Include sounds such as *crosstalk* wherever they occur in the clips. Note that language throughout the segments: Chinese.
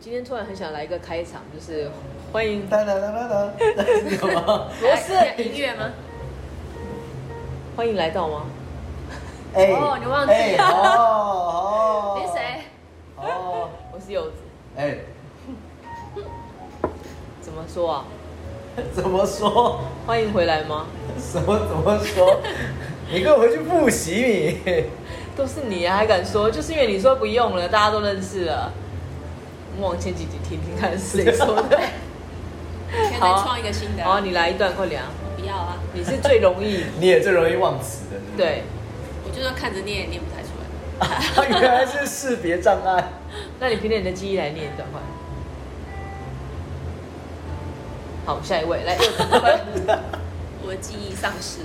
天突然很想来一个开场，就是欢迎哒哒哒哒哒，有吗？不是来音乐吗？欢迎来到吗？哎、 *laughs* 哦你忘记了哎哦哦，你是？谁？哦，我是柚子，哎、怎么说啊？怎么说？ *laughs* 欢迎回来吗？什么怎么 *laughs* 说？你给我回去复习你。都是你啊，还敢说？就是因为你说不用了，大家都认识了。我们往前几集听听看是谁说 *laughs* 的。现在创一个新的好啊，啊。你来一段，快点啊！不要啊！你是最容易你也最容易忘词的。不，对。我就算看着念也念不太出来。 *laughs* 原来是识别障碍。那你凭着你的记忆来念一段快。好，下一位来，柚子 *laughs* 快我记忆丧失。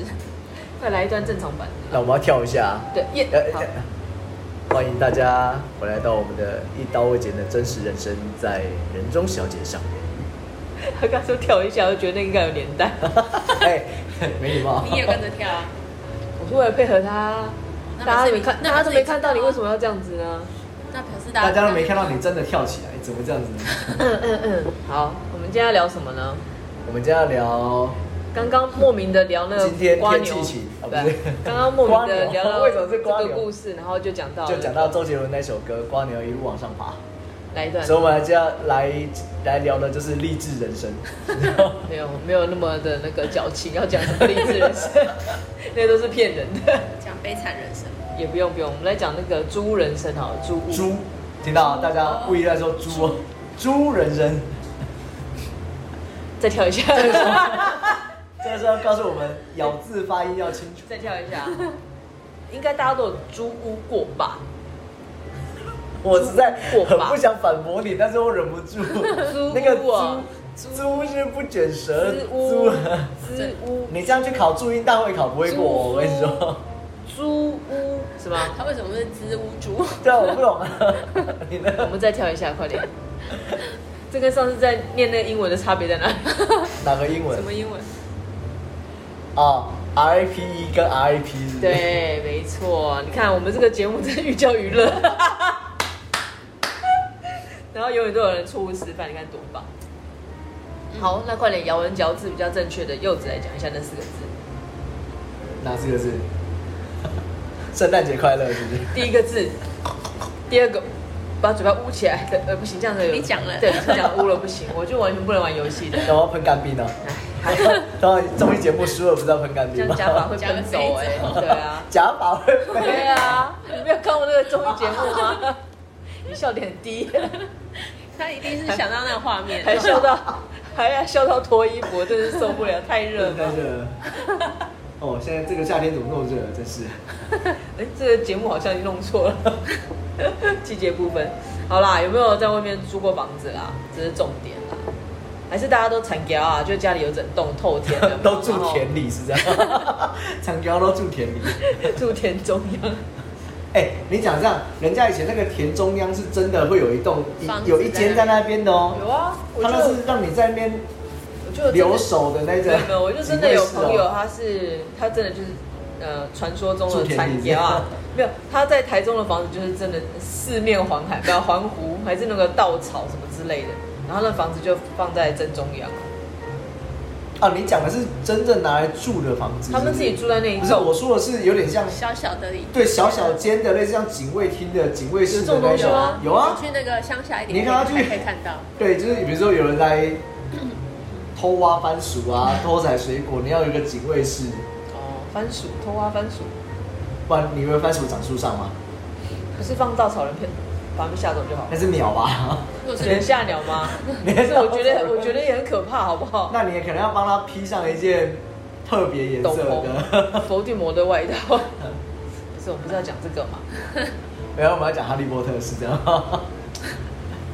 快来一段正常版的。那我们要跳一下。对，耶呃，好呃，欢迎大家回来到我们的一刀未剪的真实人生，在人中小姐上 *laughs* 面。他刚说跳一下，我觉得那应该有年代。 *laughs* 哎、没礼貌。你也跟着跳啊？我是为了配合他，那大家不都是没你看，那大家不都是没你看到，知你道啊为什么要这样子 *laughs* 呢？那表示大大家家都没看到你真的跳起来，怎么这样子呢？好，我们今天要聊什么呢？我们今天要聊刚刚莫名的聊那个今天瓜天牛气晴，啊不对是，刚刚莫名瓜的牛聊了为什么是瓜这牛个故事，然后就讲到就讲到周杰伦那首歌《瓜牛一路往上爬来一》，段所，以我们今天要来来聊的就是励志人生。没有没有那么的那个矫情，要讲什么励志人 *laughs* 生，那都是骗人的，讲悲惨人生。也不用不用，我们来讲那个猪人生好了，猪屋猪，听到大家故意在说猪哦，嗯猪人生，再跳一 *laughs* 下，这是要告诉我们咬字发音要清楚。再跳一下，应该大家都有猪屋过吧？我实在过吧很不想反驳你，但是我忍不住。 *laughs* 那个猪啊猪，猪是不卷舌滋猪 *laughs* 屋。，滋屋，你这样去考注音大会考不会过，我跟你 *laughs* 说。猪屋是吗？他为什么是支吾猪？对啊，我不懂啊。 *laughs* 你呢？ *laughs* 我们再跳一下，快点。 *laughs* 这跟上次在念那个英文的差别在哪里？哪个英文什？么英文？哦 r i p e 跟 RIP 是不是， *laughs* 对，没错。你看我们这个节目真寓教于 *laughs* 乐，然后永远都有人错误示范，你看多棒！好，那快点咬文嚼字比较正确的柚子来讲一下那四个字。 *laughs* 哪四个字？ *laughs* 圣诞节快乐是 *laughs* 不是？第一个字，第二个，把嘴巴捂起来的，呃，不行，这样子有你讲了对，你讲捂了不行，我就完全不能玩游 *laughs* 戏的。然后喷干冰呢？哎 *laughs* 然后综艺节目输了不是要喷干这冰吗样？假发会分手哎、对啊。 *laughs* 假发会 *laughs* 对飞。啊，你没有看过那个综艺节目吗？你笑点很 *laughs* 低，他一定是想到那个画面。还笑到还要笑到脱衣服，真是受不了，太热真的了。太热了。哦，现在这个夏天怎么那么热？真是。，哎，这个节目好像弄错了， *laughs* 季节部分。好啦，有没有在外面租过房子啦？这是重点啦。还是大家都产家啊，就家里有整栋透天的 *laughs* 都住田里是 *laughs* 这样，长条都住田里。然后，住 *laughs* 田中央。哎、你讲这样，人家以前那个田中央是真的会有一栋房，子有一间在那边的哦、有啊，我他就那是让你在那边我就真的留守的那没个有没有，我就真的有朋友，警卫室哦他是他真的就是呃传说中的住产田里业啊， *laughs* 没有他在台中的房子就是真的四面环海，不要环湖，还是那个稻草什么之类的，然后那房子就放在正中央，啊，你讲的是真正拿来住的房子，他们是自不是己住在那一不是我栋，说的是有点像小小的一对小小间的，类似像警卫厅的警卫室有这的种那东西种吗，有啊你，去那个乡下一点，你看他去还可以看到。对，就是比如说有人来偷挖番 *laughs* 薯啊，偷采水果，你要有一个警卫室，哦，番薯偷挖番薯，不然你以为番薯长树上吗？不是放稻草人片，把他们吓走就好 *laughs* 那。是鸟 *laughs* 吧？如果只能是吓鸟 *laughs* 吗？你但还是是我觉得，我觉得也很可怕，好不 *laughs* 好？那你也可能要帮他披上一件特别颜色的。佛地魔的外套， *laughs* 不是，我们不是要讲这个嘛？ *laughs* 没有，我们要讲哈利波特是这样 *laughs* 吗，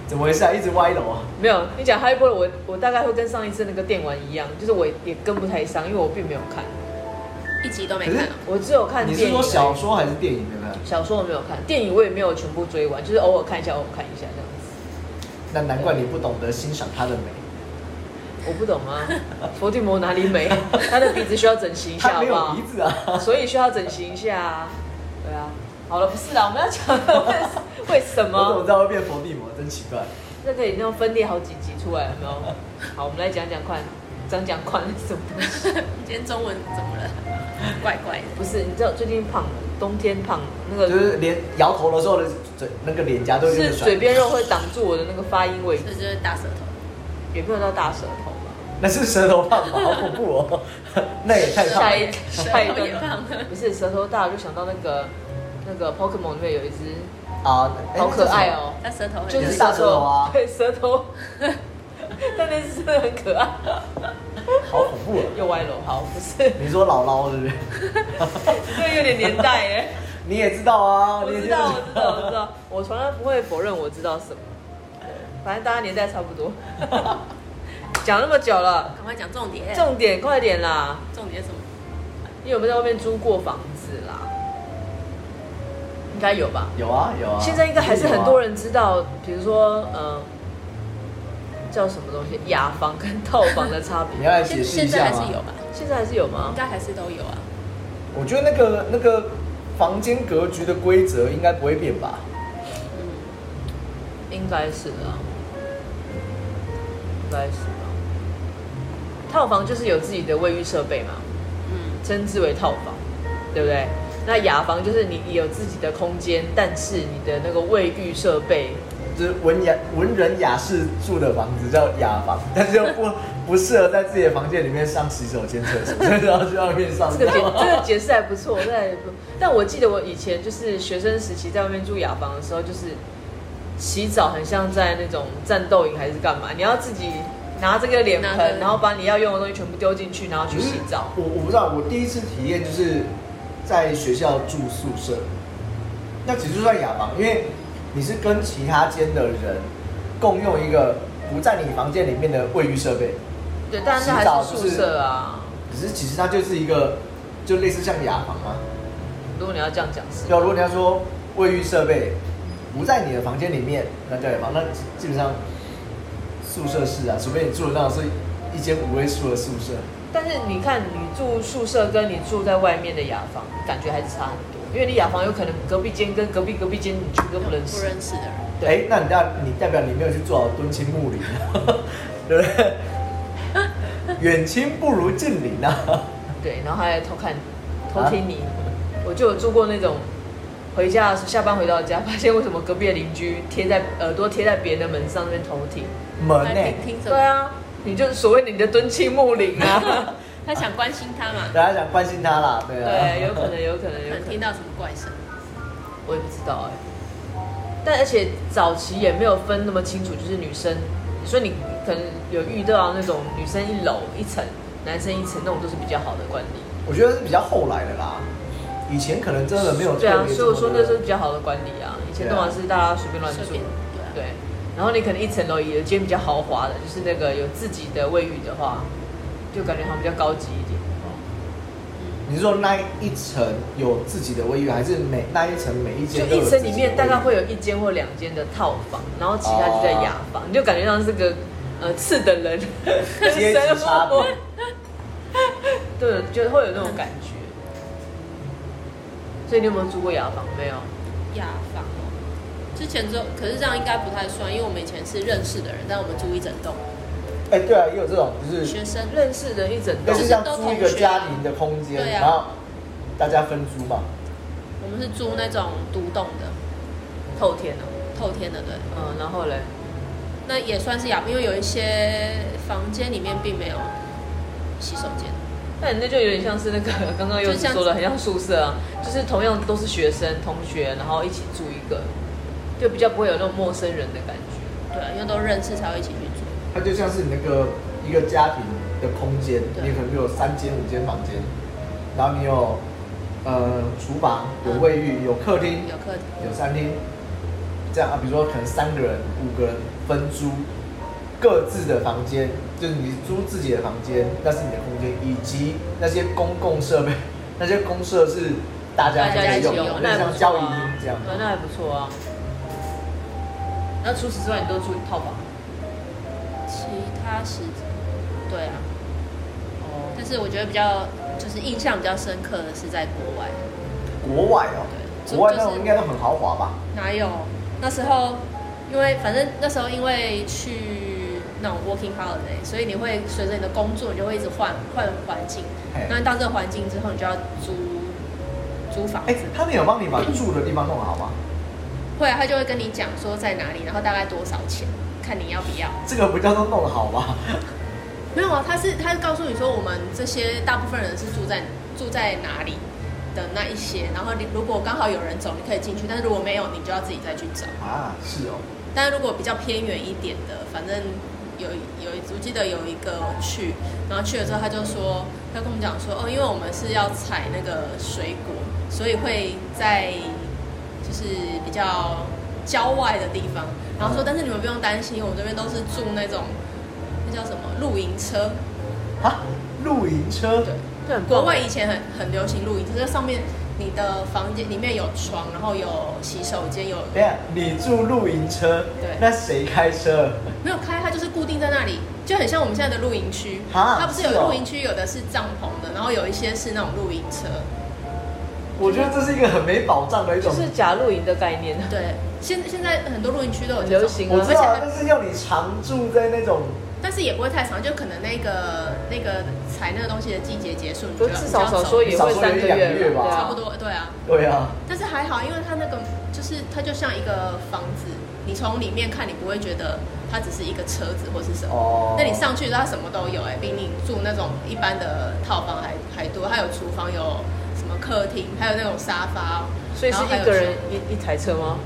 怎么回事啊？一直歪楼啊？没有，你讲哈利波特，我我大概会跟上一次那个电玩一样，就是我也跟不太上，因为我并没有看，一集都没可是看哦。 *laughs* 我只有看你电影。是说小说还是电影的呢？小说我没有看，电影我也没有全部追完，就是偶尔看一下，偶尔看一下这样子。那难怪你不懂得欣赏它的美，我不懂 *laughs* 啊，伏地魔哪里美？他的鼻子需要整形一下，它好没不有好鼻？子啊。所以需要整形一下啊。对啊，好了，不是啦，我们要讲的为 *laughs* 为什我怎么么知？道会变伏地魔？真奇怪。那个已经分裂好几集出来了，有没 *laughs* 有？好，我们来讲讲看，讲讲看是什么东西。今天中文怎么了？怪怪的。不是，你知道最近胖了，冬天胖了，那个就是连摇头的时候的嘴，那个脸颊都有点是甩嘴，边肉会挡住我的那个发音位置这，就是大舌头，也没有到大舌头 *laughs* 吧？那是舌头胖吧？好恐怖哦， *laughs* 那也太胖下了。一舌下一头个也呢胖了。不是舌头大，我就想到那个那个 Pokemon 里面有一只，啊，哎好可爱。哦，他舌头很就也是是大舌头啊对舌头， *laughs* 但那只真的很可爱，那是什么好恐怖哦！又歪楼，好不 *laughs* 是，你说姥姥是不是？ *laughs* 这有点年代耶。你也知道啊，我你也知道，我知道，我知。道，我从来不会否认我知道什么。反正大家年代差不 *laughs* 多。讲那么久了，赶快讲重点，重重点快点啦！重点是什么？你有没有在外面租过房子啦？应该有吧。 *laughs* 有啊有啊，现在应该还是很多人人知道，比如说，呃，叫什么东西，雅房跟套房的差你别。 *laughs* 要来解现释一现下在还吗是有吧？现在还是有应吗？该还是都有啊。我觉得那个那个房间格局的规则应该不会变吧？嗯，应该是的啊，应该是吧。套房就是有自己的卫浴设备嘛。嗯，称之为套房，对不对？那雅房就是你你有自己的空间，但是你的那个卫浴设备，就是文雅文人雅士住的房子叫雅房，但是又不不适合在自己的房间里面上洗手间、厕所，所以要去外面上。这个解这个解释还不错，这还不。但我记得我以前就是学生时期在外面住雅房的时候，就是洗澡很像在那种战斗营还是干嘛，你要自己拿这个脸拿着盆，然后把你要用的东西全部丢进去，然后嗯去洗澡。我我不知道，我第一次体验就是在学校住宿舍，那其实就算雅房，因为你是跟其他间的人共用一个不在你房间里面的卫浴设备，对，但是还洗澡是就宿是舍啊。可是其实它就是一个就类似像雅房嘛。如果你要这样讲是对啊，如果你要说卫浴设备不在你的房间里面，那叫雅房，那基本上宿舍是啊，除非你住的那种是一间五位数的宿舍。但是你看，你住宿舍跟你住在外面的雅房，感觉还是差很多。因为你雅房有可能隔壁间跟隔壁隔壁间你全都不认不识，认识的人，哎、那你代你代表你没有去做好敦亲睦邻，啊 *laughs* 对不对？远亲不如近邻啊！ *laughs* 对，然后还来偷看、偷听你。我就有住过那种，回家的时候下班回到家，发 *laughs* 现为什么隔壁的邻居贴在耳朵贴在别人的门上那边偷听？门他呢、听听什对么？啊，你就是所谓你的敦亲睦邻 *laughs* 啊。 *laughs* 他想关心他嘛？大家想关心他啦，对啊。对，有可能，有可能，有可能可听 *laughs* 能，到什么怪声，我也不知道哎、但而且早期也没有分那么清楚，就是女生，所以你可能有遇到那种女生一楼一层，男生一层那种都是比较好的管理。我觉得是比较后来的啦，以前可能真的没有特对别啊，这所以我么说多那是比较好的管理啊。以前对啊都还是大家随便乱住随，便对啊。对。然后你可能一层楼有一间比较豪华的，就是那个有自己的卫浴的话，就感觉好像比较高级一点。你是说那一层有自己的卫浴，还是每那一层每一就间都有一自己层的里面大概卫浴哦会有一间或两间的套房，然后其他就在雅房，你就感觉像是个呃次等人，阶级差别 *laughs* 对，就会有那种感觉。所以你有没有住过雅房？没有，雅房哦，之前就可是这样应该不太算，因为我们以前是认识的人，但我们住一整栋，哎、对啊，也有这种就是学生认识的一整类栋似是像都租一同个学啊家庭的空间，对啊然后大家分租嘛。我们是租那种独栋的透天哦、透天的，对，嗯，然后嘞，那也算是雅，因为有一些房间里面并没有洗手间，那你那就有点像是那个 *laughs* 刚刚又就像说的，很像宿舍啊，就是同样都是学生同学，然后一起住一个，就比较不会有那种陌生人的感觉。对，啊因为都认识才会一起去住，它就像是你那个一个家庭的空间，对你可能有三间、五间房间，然后你有呃厨房、有卫浴、有客厅、有客厅，有餐厅，这样啊，比如说可能三个人、五个人分租各自的房间，就是你租自己的房间，那是你的空间，以及那些公共设备， *laughs* 那些公设是大家大家一一起起用的，用就那还像不错交谊啊厅这样。对，那还不错啊。那除此之外，你都住套房？其他时对啊，哦，但是我觉得比较就是印象比较深刻的是在国外，国外哦，对国外就那是种应该都很豪华吧？哪有那时候因为反正那时候因为去那种 working holiday，所以你会随着你的工作，你就会一直换换环境嘿。那到这个环境之后，你就要租租房哎、子。他们有帮你把住的地方弄好吗？会啊，他就会跟你讲说在哪里，然后大概多少钱，看你要不要。这个不叫做弄好吧？ *laughs* 没有啊，他是他是告诉你说我们这些大部分人是住在住在哪里的那一些，然后你如果刚好有人走，你可以进去，但是如果没有，你就要自己再去找。啊，是哦，但是如果比较偏远一点的，反正有有一我记得有一个去，然后去了之后他就说，他跟我们讲说，哦，因为我们是要采那个水果，所以会在就是比较郊外的地方，然后说，但是你们不用担心，我们这边都是住那种那叫什么露营车，啊，露营车对，这很国棒啊外以前很很流行露营，就是上面你的房间里面有床，然后有洗手间，有等一下你住露营车，对那谁开车？没有开，它就是固定在那里，就很像我们现在的露营区。啊它不是是有哦露营区，有的是帐篷的，然后有一些是那种露营车。我觉得这是一个很没保障的一就种。是假露营的概念。对，现现在很多露营区都有这流种行我啊知道，而且但是要你常住在那种，但是也不会太长，就可能那个那个采那个东西的季节结束，你就就要至你少就要少走说也会三个啊少说也一两个月月吧了，对啊差不。多，对啊。对啊，但是还好，因为它那个就是它就像一个房子，你从里面看，你不会觉得它只是一个车子或是什么。哦那你上去它什么都有、哎，比你住那种一般的套房还还多。它有厨房，有什么客厅，还有那种沙发，所以是然后还有一个人床一一台车吗？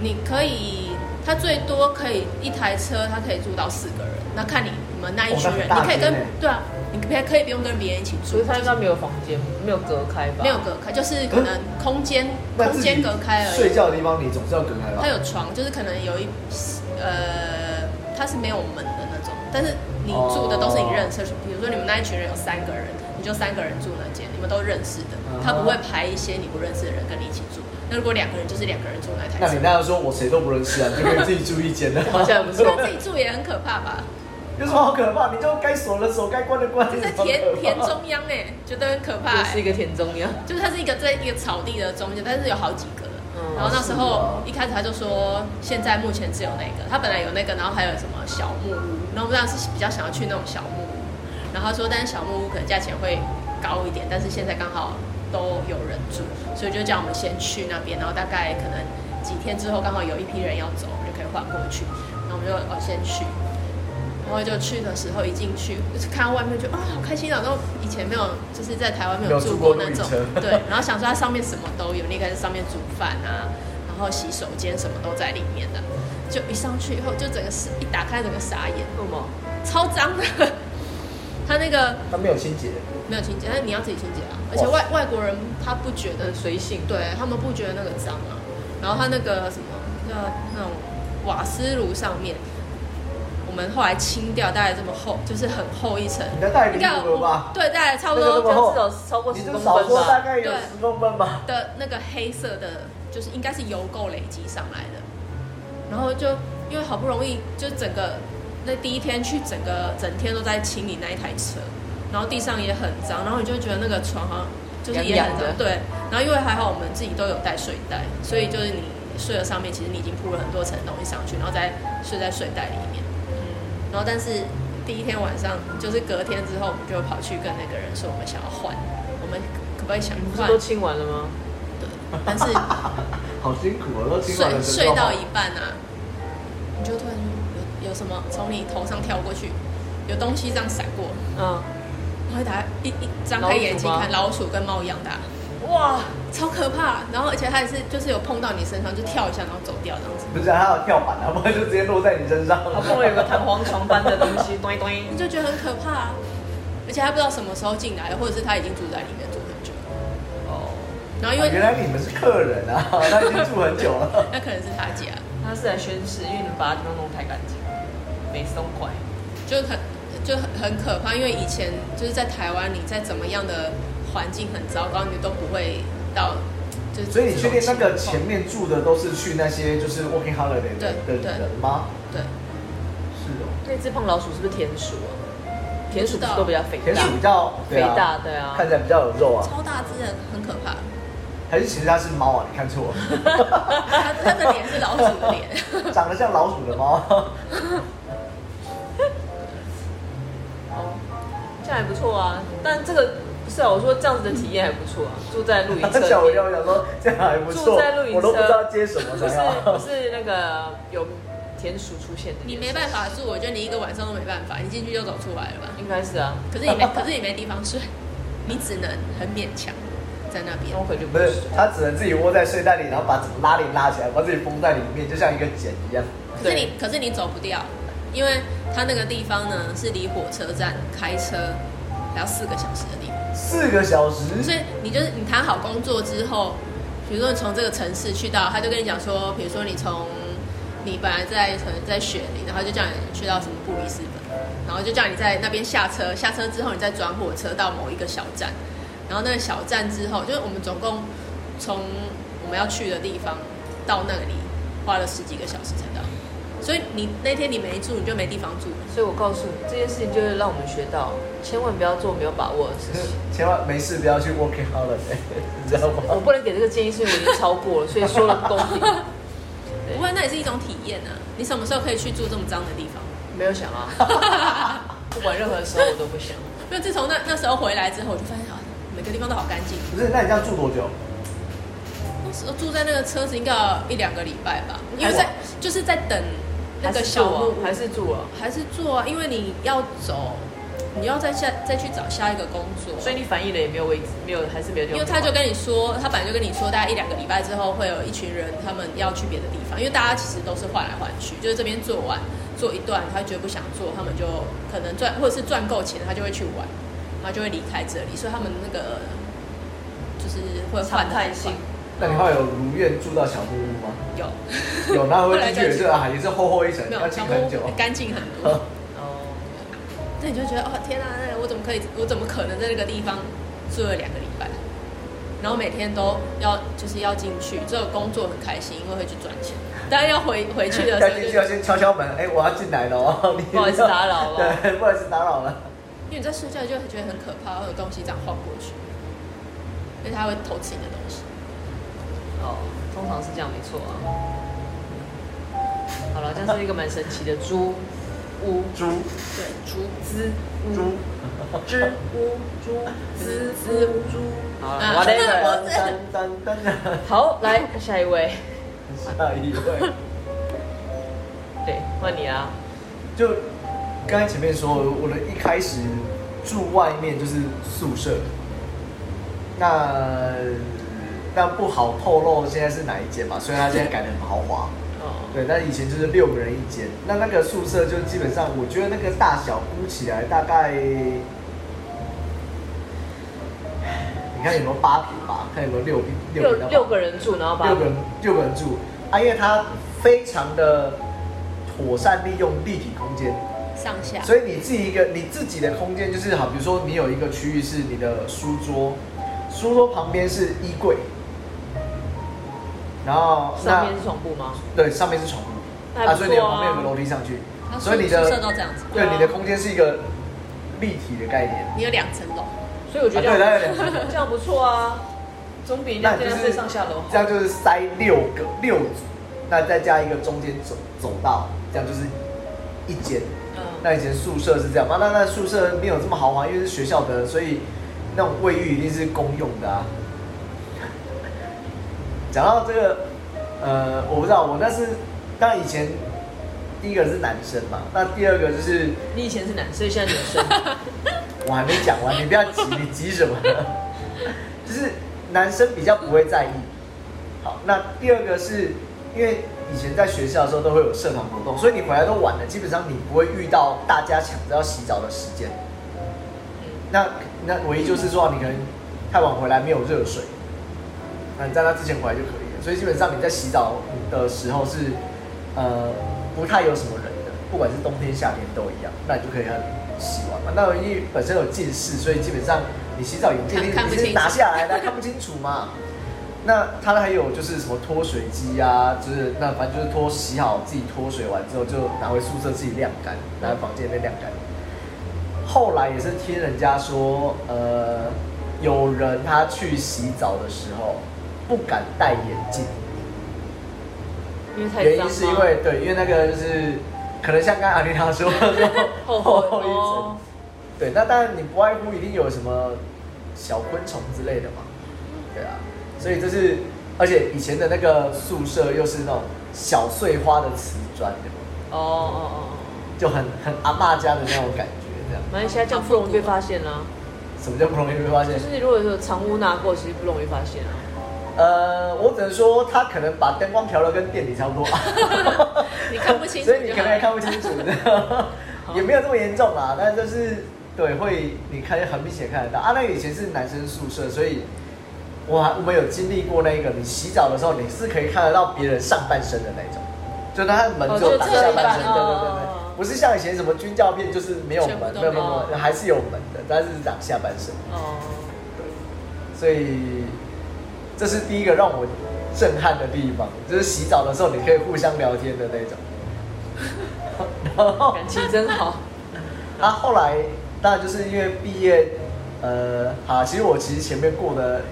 你可以，它最多可以一台车，它可以住到四个人。那看你你们那一群哦那很人，大你可以跟间欸对啊，你可以可以不用跟别人一起所住以，他应该没有房间，没有隔开吧？没有隔开，就是可能嗯空间那空自己间隔开而已。睡觉的地方你总是要隔开吧啊它？有床，就是可能有一呃，它是没有门的那种，但是你住的都是你认识的，比如说你们那一群人有三个人，你就三个人住那间，你们都认识的嗯，哼他不会排一些你不认识的人跟你一起住。那如果两个人就是两个人住那一台那车你，那样说，我谁都不认识啊，你就可以自己住一间 *laughs* 了。好像也不错。那自己住也很可怕吧？有什么好可怕？你就该锁的锁，该关的关。这在有什么田可怕田中央哎、觉得很可怕、就欸是一。个田中央，就是它是一个在一个草地的中间，但是有好几个人。嗯然后那时是候啊一开始他就说，现在目前只有那个，他本来有那个，然后还有什么小木屋，然后我们当时是比较想要去那种小木屋，然后他说，但是小木屋可能价钱会高一点，但是现在刚好都有人住，所以就叫我们先去那边，然后大概可能几天之后刚好有一批人要走，我们就可以换过去，然后我们就哦先去，然后就去的时候一进去，就是看到外面就啊、好开心啊！然后以前没有就是在台湾没没有有住住过过那 *laughs* 种露营，车对。然后想说它上面什么都有，你可以在上面煮饭啊，然后洗手间什么都在里面的。就一上去以后，就整个是一打开整个傻眼，什么？超脏的。 *laughs* 它那个他没有清洁，没有清洁，但是你要自己清洁啊。而且外外国人他不觉很得呃随性。对他们不觉得那个脏啊。然后他那个什么，那那种瓦斯炉上面，我们后来清掉，大概这么厚，就是很厚一层，你的代理应该有有了吧？对，大概差不那个多那么厚至少超过你十就公少分说大吧。概有对十公分吧。的那个黑色的，就是应该是油垢累积上来的。然后就因为好不容易，就整个那第一天去，整个整天都在清理那一台车，然后地上也很脏，然后你就觉得那个床好像就是也痒很痒的脏，对。然后因为还好我们自己都有带睡袋，所以就是你睡了上面，其实你已经铺了很多层东西上去，然后再睡在睡袋里面。然后但是第一天晚上，就是隔天之后，我们就跑去跟那个人说我们想要换，我们可不可以想你不换是？都清完了吗？对，但是好辛苦哦，都清完睡了睡到一半啊，你就突然有有什么从你头上跳过去，有东西这样闪过，嗯。然后打一一张开眼睛看老鼠跟猫一样大，哇，超可怕。然后而且它也是就是有碰到你身上就跳一下然后走掉这样子，不是啊，它有跳板啊，不然就直接落在你身上。好不容易有个弹簧床般的东西，咚一咚一。你就觉得很可怕、啊。而且他不知道什么时候进来，或者是他已经住在里面住很久。哦，然后因为啊原来你们是客人啊， *laughs* 他已经住很久 *laughs* 了。那可能是他家，他是来宣誓，因为你们把它地方弄太干净，没松快。就很就很很可怕，因为以前就是在台湾，你在怎么样的环境很糟糕，你都不会到就是。所以你确定那个前？面住的都是去那些就是 working holiday 的对的对人吗？对，是哦，那只胖老鼠是不是田鼠啊？田鼠不是都比较肥田大鼠？比较肥对啊大，对啊。看起来比较有肉啊。超大只的很可怕。还是其实它是猫啊？你看错了。 *laughs* 他他的脸是老鼠的 *laughs* 脸， *laughs* 长得像老鼠的猫，哦，这样还不错啊。但这个不是啊，我说这样子的体验还不错啊，住在露营车里 *laughs* 吓我一跳，面，我想说这样还不错，住在露营车我都不知道接什么不才是好不。是那个有田鼠出现的，你没办，法住，我觉得你一个晚上都没办法，你进去就走出来了吧？应该是啊，可是 *laughs* 你没，可是你没地方睡，你只能很勉强在那边那。我可能就 *laughs* 不不是是，它只能自己窝在睡袋里，然后把整个拉链拉起来，把自己封在里面，就像一个茧一样。可是你，可是你走不掉，因为它那个地方呢是离火车站开车还要四个小时的地方，四个小时，所以你就是你谈好工作之后，比如说你从这个城市去到，他就跟你讲说，比如说你从你本来在可能在雪梨，然后就叫你去到什么布里斯本，然后就叫你在那边下车，下车之后你再转火车到某一个小站，然后那个小站之后，就是我们总共从我们要去的地方到那里花了十几个小时才到，所以你那天你没住，你就没地方住。所以我告诉你，这件事情就是让我们学到，千万不要做没有把握的事情。 *laughs* 千万没事不要去 working holiday，你知 *laughs* 道吗？我不能给这个建议，是因为我已经超过了，所以说了不公平。不过那也是一种体验啊！你什么时候可以去住这么脏的地方？没有想啊， *laughs* 不管任何时候我都不想。因为自从那那时候回来之后，我就发现啊，每个地方都好干净。不是，那你这样住多久？那时候住在那个车子应该有一两个礼拜吧，因为还是在就是在等那个还是小住啊木屋，还是住啊，还是做啊，因为你要走，你要再下再去找下一个工作。所以你反应了也没有位置，没有还是没有地方因为可以他玩。就跟你说，他本来就跟你说，大概一两个礼拜之后会有一群人，他们要去别的地方，因为大家其实都是换来换去，就是这边做完做一段，他觉得不想做，他们就可能赚或者是赚够钱，他就会去玩，然后就会离开这里，所以他们那个就是会换常得态很性快那你后来有如愿住到小木屋 *laughs* 吗？有，有，那会进去也是后来再去啊，也是厚厚一层，没要有清小很木久。屋干净很多，哦，那你就觉得哦天啊，那我怎么可以，我怎么可能在那个地方住了两个礼拜？然后每天都要就是要进去，这个工作很开心，因为会去赚钱。但要回回去的时但候进就去 *laughs* 要先敲敲门，哎，我要进来了哦。你 *laughs* 不好意思打扰了 *laughs* 对，不好意思打扰了。因为你在睡觉就会觉得很可怕，会有东西这样晃过去，因为它会偷吃你的东西。哦，通常是这样，没错啊。好了，这是一个蛮神奇的猪屋猪对，猪之猪屋，之屋猪之之屋猪。好了啊，whatever。我 *laughs* 噔噔噔噔，好，来下一位， *laughs* 下一位。对，换你啊。就刚才前面说，我的一开始住外面就是宿舍，那那不好透露现在是哪一间嘛，虽然它现在改的很豪华，哦，对，那以前就是六个人一间，那那个宿舍就基本上，我觉得那个大小估起来大概，你看有没有八平吧，看有没有六平，六平到八六个人住，然后把六个人六个人住，啊，因为它非常的妥善利用立体空间。上下，所以你自己一个你自己的空间就是好，比如说你有一个区域是你的书桌，书桌旁边是衣柜，然后上那面是床铺吗？对上面是床那铺，还不所以你的错啊旁边有个楼梯上去它，所以你的宿舍都这样子，对对啊你的空间是一个立体的概念。你有两层楼，所以我觉得这啊对样,、大概两层 *laughs* 这样不错啊，总比人家那你这就样是睡上下楼好。这样就是塞六个六组，那再加一个中间走走道，这样就是一间。嗯，那以前宿舍是这样嘛？那那宿舍没有这么豪华，因为是学校的，所以那种卫浴一定是公用的啊。 *laughs* 讲到这个，呃，我不知道，我那是，那以前第一个是男生嘛，那第二个就是你以前是男生，现在女 *laughs* 生，我还没讲完，你不要急， *laughs* 你急什么？就是男生比较不会在意。好，那第二个是因为以前在学校的时候都会有社团活动，所以你回来都晚了，基本上你不会遇到大家抢着要洗澡的时间。那那唯一就是说你可能太晚回来没有热水，那你在那之前回来就可以了。所以基本上你在洗澡的时候是呃不太有什么人的，不管是冬天夏天都一样，那你就可以很洗完嘛。那因为本身有近视，所以基本上你洗澡眼镜看你看不你清是楚拿下来的，看不清楚 *laughs* 嘛。那它还有就是什么脱水机啊，就是那反正就是脱洗好自己脱水完之后就拿回宿舍自己晾干，拿回房间里面晾干。后来也是听人家说，呃，有人他去洗澡的时候，不敢戴眼镜，因为太原脏啊吗因是因为对，因为那个就是可能像刚刚阿丽塔说的 *laughs* 后悔一层哦，。对，那当然你不外乎一定有什么小昆虫之类的嘛，对啊，所以就是，而且以前的那个宿舍又是那种小碎花的瓷砖，有没有哦哦哦哦，就很很阿嬷家的那种感觉，这样。反正现在这样不容易被发现啦、什么叫不容易被发现就？是你如果有藏污纳垢，其实不容易发现啊。呃，我只能说他可能把灯光调的跟店里差不多，你看不 *laughs* 清楚所以你就可好能也了。看不清楚， *laughs* 也没有这么严重啊，但就是对，会你看很明显看得到啊。那个以前是男生宿舍，所以我还我们有经历过那个，你洗澡的时候你是可以看得到别人上半身的那种，就他的门哦只有就打这下一半半身，哦对对对哦对哦，不是像以前什么军教片就是没有全部门，都没有没没有有，没有还是有门的，但是是长下半身。哦，所以这是第一个让我震撼的地方，就是洗澡的时候你可以互相聊天的那种。 *laughs* 然后哦感情真 *laughs* 好。啊，后来当然就是因为毕业，呃，好，其实我其实前面过的，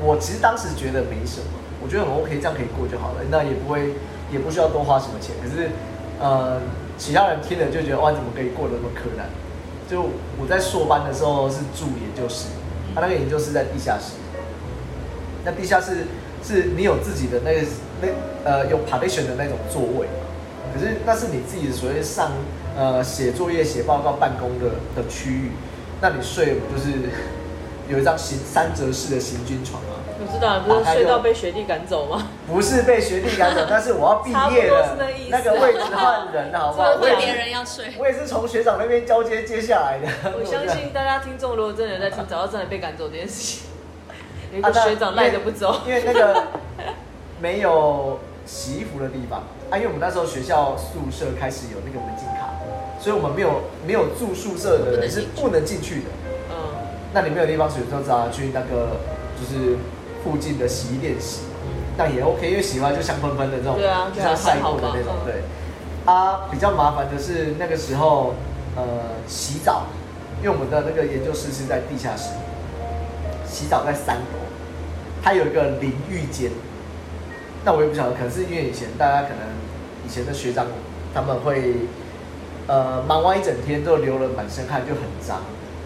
我其实当时觉得没什么，我觉得很 OK，这样可以过就好了，那也不会也不需要多花什么钱。可是，呃，其他人听了就觉得哇，怎么可以过得那么柯南？就我在硕班的时候是住研究室，他、那个研究室在地下室，那地下室是你有自己的那个那呃有 partition 的那种座位嘛，可是那是你自己所谓上呃写作业、写报告、办公的的区域。那你睡不就是有一张行三折式的行军床吗？我知道，你啊不是睡到被学弟赶走吗？不是被学弟赶走，但是我要毕业差了不多是那意，思那个位置换人，好不好？这我个换也别是人要睡，我也是从学长那边交接接下来的。我相信大家听众如果真的有在听，找到真的被赶走这件事情，有一啊个学长赖着不走，因为因为那个没有洗衣服的地方啊，因为我们那时候学校宿舍开始有那个门禁卡，所以我们没有没有住宿舍的人是不能进去的。嗯，那你没有地方洗，就只好去那个就是附近的洗衣店洗，但也 OK，因为洗完就香喷喷的这种，嗯对啊就对啊像晒过的那还种好吧，对。啊，比较麻烦的是那个时候，呃，洗澡，因为我们的那个研究室是在地下室，洗澡在三楼，它有一个淋浴间。那我也不晓得，可能是因为以前大家可能以前的学长他们会，呃，忙完一整天都流了满身汗，就很脏，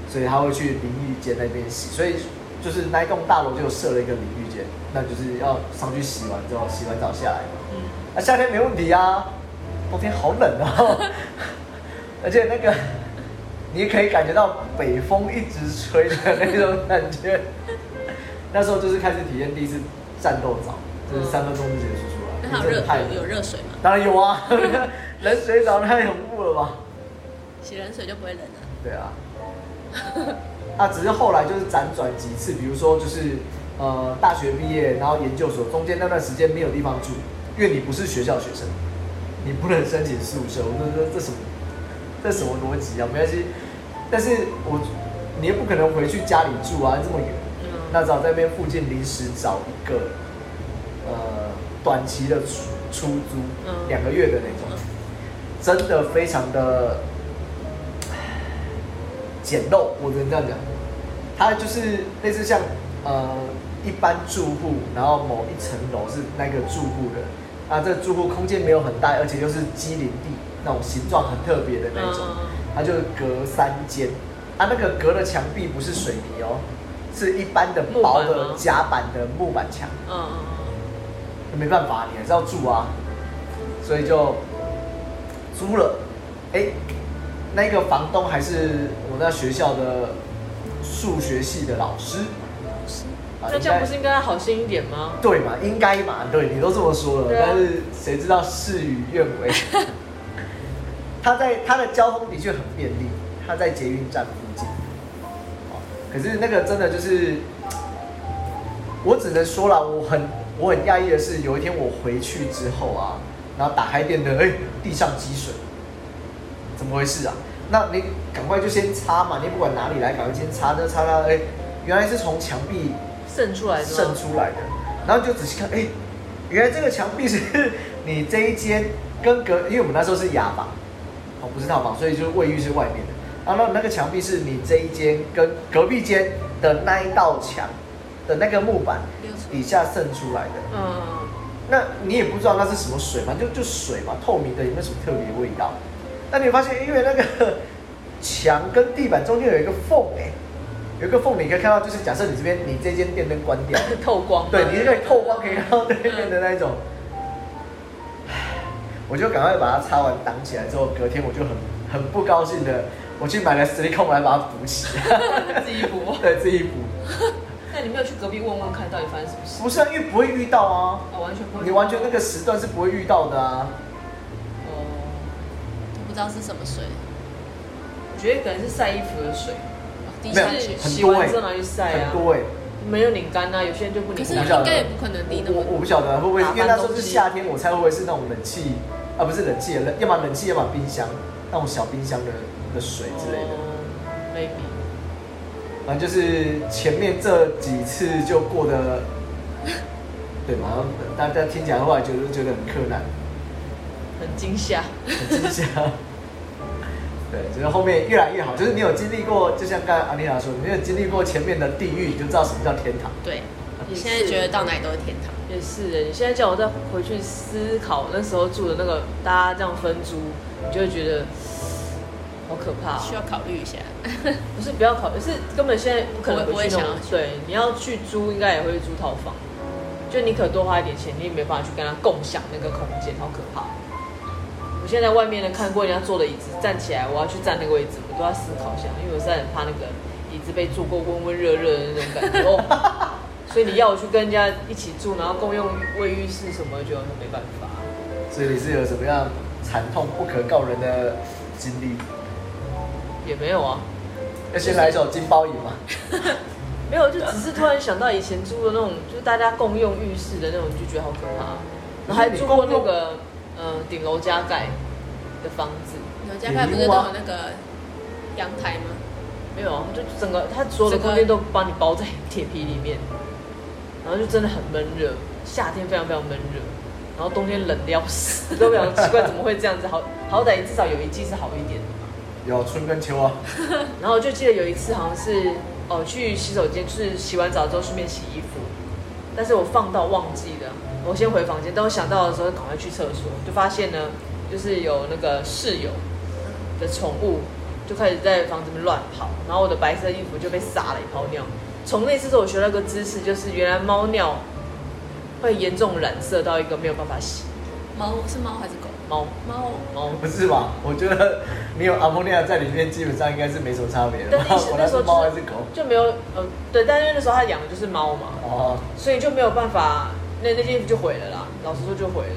所以他会去淋浴间那边洗。所以就是那一栋大楼就设了一个淋浴间，那就是要上去洗完之后，洗完澡下来嘛。嗯啊，夏天没问题啊，冬天好冷啊， *laughs* 而且那个你也可以感觉到北风一直吹的那种感 *laughs* 觉。那时候就是开始体验第一次战斗澡，就是三分钟就结束出来，那因还为真有嗯热的太冷有有热水吗？当然有啊， *laughs* 冷水澡太恐怖了吧？洗冷水就不会冷了。对啊， *laughs* 啊，只是后来就是辗转几次，比如说就是呃大学毕业，然后研究所中间那段时间没有地方住，因为你不是学校学生，你不能申请宿舍。我说这这什么这什么逻辑啊？没关系，但是我你也不可能回去家里住啊，这么远，嗯那只好在那边附近临时找一个呃短期的出出租嗯，两个月的那种，真的非常的简陋，我只能这样讲。它就是类似像呃一般住户，然后某一层楼是那个住户的，啊，这个住户空间没有很大，而且又是机灵地那种形状很特别的那种，嗯它就隔三间，啊，那个隔的墙壁不是水泥哦，是一般的木薄板的吗夹板的木板墙，嗯嗯没办法，你还是要住啊，所以就租了，哎、那个房东还是我那学校的数学系的老师。嗯，啊那这样不是应该好心一点吗？对嘛？应该嘛？对你都这么说了，对啊但是谁知道事与愿 *laughs* 违？他在他的交通的确很便利，他在捷运站附近。哦可是那个真的就是，我只能说了，我很我很讶异的是，有一天我回去之后啊，然后打开电灯，哎、地上积水，怎么回事啊？那你赶快就先擦嘛，你不管哪里来，赶快先擦，就擦擦，哎、原来是从墙壁渗出来的吗渗出来的，然后就仔细看，哎、原来这个墙壁是你这一间跟隔，因为我们那时候是雅房，哦，不是套房，所以就是卫浴是外面的，啊然后那那个墙壁是你这一间跟隔壁间的那一道墙的那个木板流出底下渗出来的。嗯， *laughs* 那你也不知道那是什么水嘛，就就水嘛，透明的，也没有什么特别的味道。但你会发现，因为那个墙跟地板中间有一个缝，哎，有一个缝，你可以看到，就是假设你这边你这间电灯关掉，透光，对，你是可以透光可以看到对面的那一种。我就赶快把它擦完挡起来之后，隔天我就很很不高兴的，我去买了 s i l i c o n 来把它补起 *laughs* 来，*laughs* 自己补。对自己补。那你没有去隔壁问问看到底发生什么事？不是啊，因为不会遇到啊，我完全不会。你完全那个时段是不会遇到的啊。哦，不知道是什么水，我觉得可能是晒衣服的水，的没有确是很洗多完欸之后拿去晒很啊，多哎、没有拧干啊，有些人就不可拧是我干不。晓得应该也不可能离那我么我不晓得会不会，因为那时候是夏天，我猜会不会是那种冷气啊，不是冷气，冷要么冷气，要么冰箱那种小冰箱的的水之类的。哦，maybe。反正就是前面这几次就 *laughs* 过得，对嘛？大家听起来后来觉得觉得很困难，很惊吓，很惊吓。 *laughs* 对，就是后面越来越好，就是你有经历过，就像刚才阿丽娜说，你有经历过前面的地狱，你就知道什么叫天堂。对，也你是现在觉得到哪里都是天堂。也是欸耶。你现在叫我再回去思考那时候住的那个，大家这样分租，你就会觉得好可怕、需哦。要考虑一下，不是不要考虑，是根本现在不可能我我回也去想那要种去。对，你要去租，应该也会租套房。就你可多花一点钱，你也没办法去跟他共享那个空间，好可怕。我现在在外面呢看过人家坐的椅子，站起来我要去站那个位置，我都要思考一下，因为我实在很怕那个椅子被坐过温温热热的那种感 *laughs* 觉哦。所以你要我去跟人家一起住，然后共用卫浴室什么，就没办法。所以你是有什么样惨痛不可告人的经历？也没有啊，要先来一首《金包银》嘛。没有，就只是突然想到以前租的那种，就是大家共用浴室的那种，就觉得好可怕。然后还住过那个呃顶楼加盖的房子，你们家盖不是都 *laughs* 啊有那个阳台吗？没有啊，就整个它所有的空间都帮你包在铁皮里面，然后就真的很闷热，夏天非常非常闷热，然后冬天冷的要死， *laughs* 都非常奇怪，怎么会这样子？好好歹至少有一季是好一点的。有春跟秋啊， *laughs* 然后我就记得有一次好像是哦去洗手间，就是洗完澡之后顺便洗衣服，但是我放到忘记了，我先回房间，等我想到的时候赶快去厕所，就发现呢，就是有那个室友的宠物就开始在房子里面乱跑，然后我的白色衣服就被撒了一泡尿。从那次之后，我学到一个知识，就是原来猫尿会严重染色到一个没有办法洗猫是猫还是狗？猫猫猫。不是吧？我觉得你有阿莫尼亚在里面，基本上应该是没什么差别的但吧。那时 *laughs* 我那那时候是就猫还是是狗？就没有呃对，但因为那时候他养的就是猫嘛，哦，所以就没有办法，那那件衣服就毁了啦。老实说就毁了，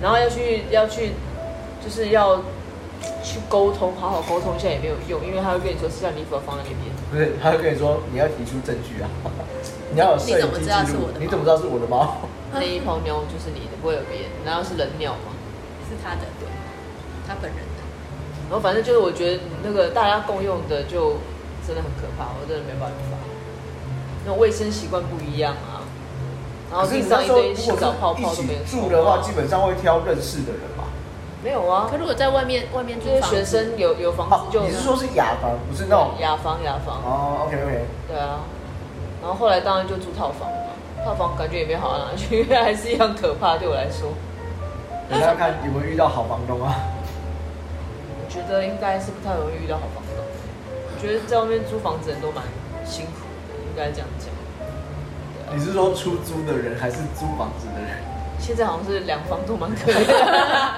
然后要去要去，就是要去沟通，好好沟通一下也没有用，因为他会跟你说是叫你衣服要放在那边。不是，他会跟你说你要提出证据啊， *laughs* 你要有摄影你怎么机记知道是录我的。猫你怎么知道是我的猫？那一泡尿就是你的，不会有别人。然后是人尿嘛，是他的，对，他本人的。然后反正就是我觉得那个大家共用的就真的很可怕，我真的没办法。那种卫生习惯不一样啊，然后可是地你那上一时候堆如洗澡泡果泡都是没有一起冲住的啊话，基本上会挑认识的人吧。没有啊可。如果在外面外面这租些房学子，生有有房啊子，就你是说是雅房，不是那种？雅房雅房？哦，OK OK，对啊，然后后来当然就住套房嘛，套房感觉也没好到哪去，因为还是一样可怕。对我来说，你要看有没有遇到好房东啊？ *laughs* 我觉得应该是不太容易遇到好房东。我觉得在外面租房子的人都蛮辛苦的，应该这样讲。你是说出租的人还是租房子的人？现在好像是两房都蛮可怜的。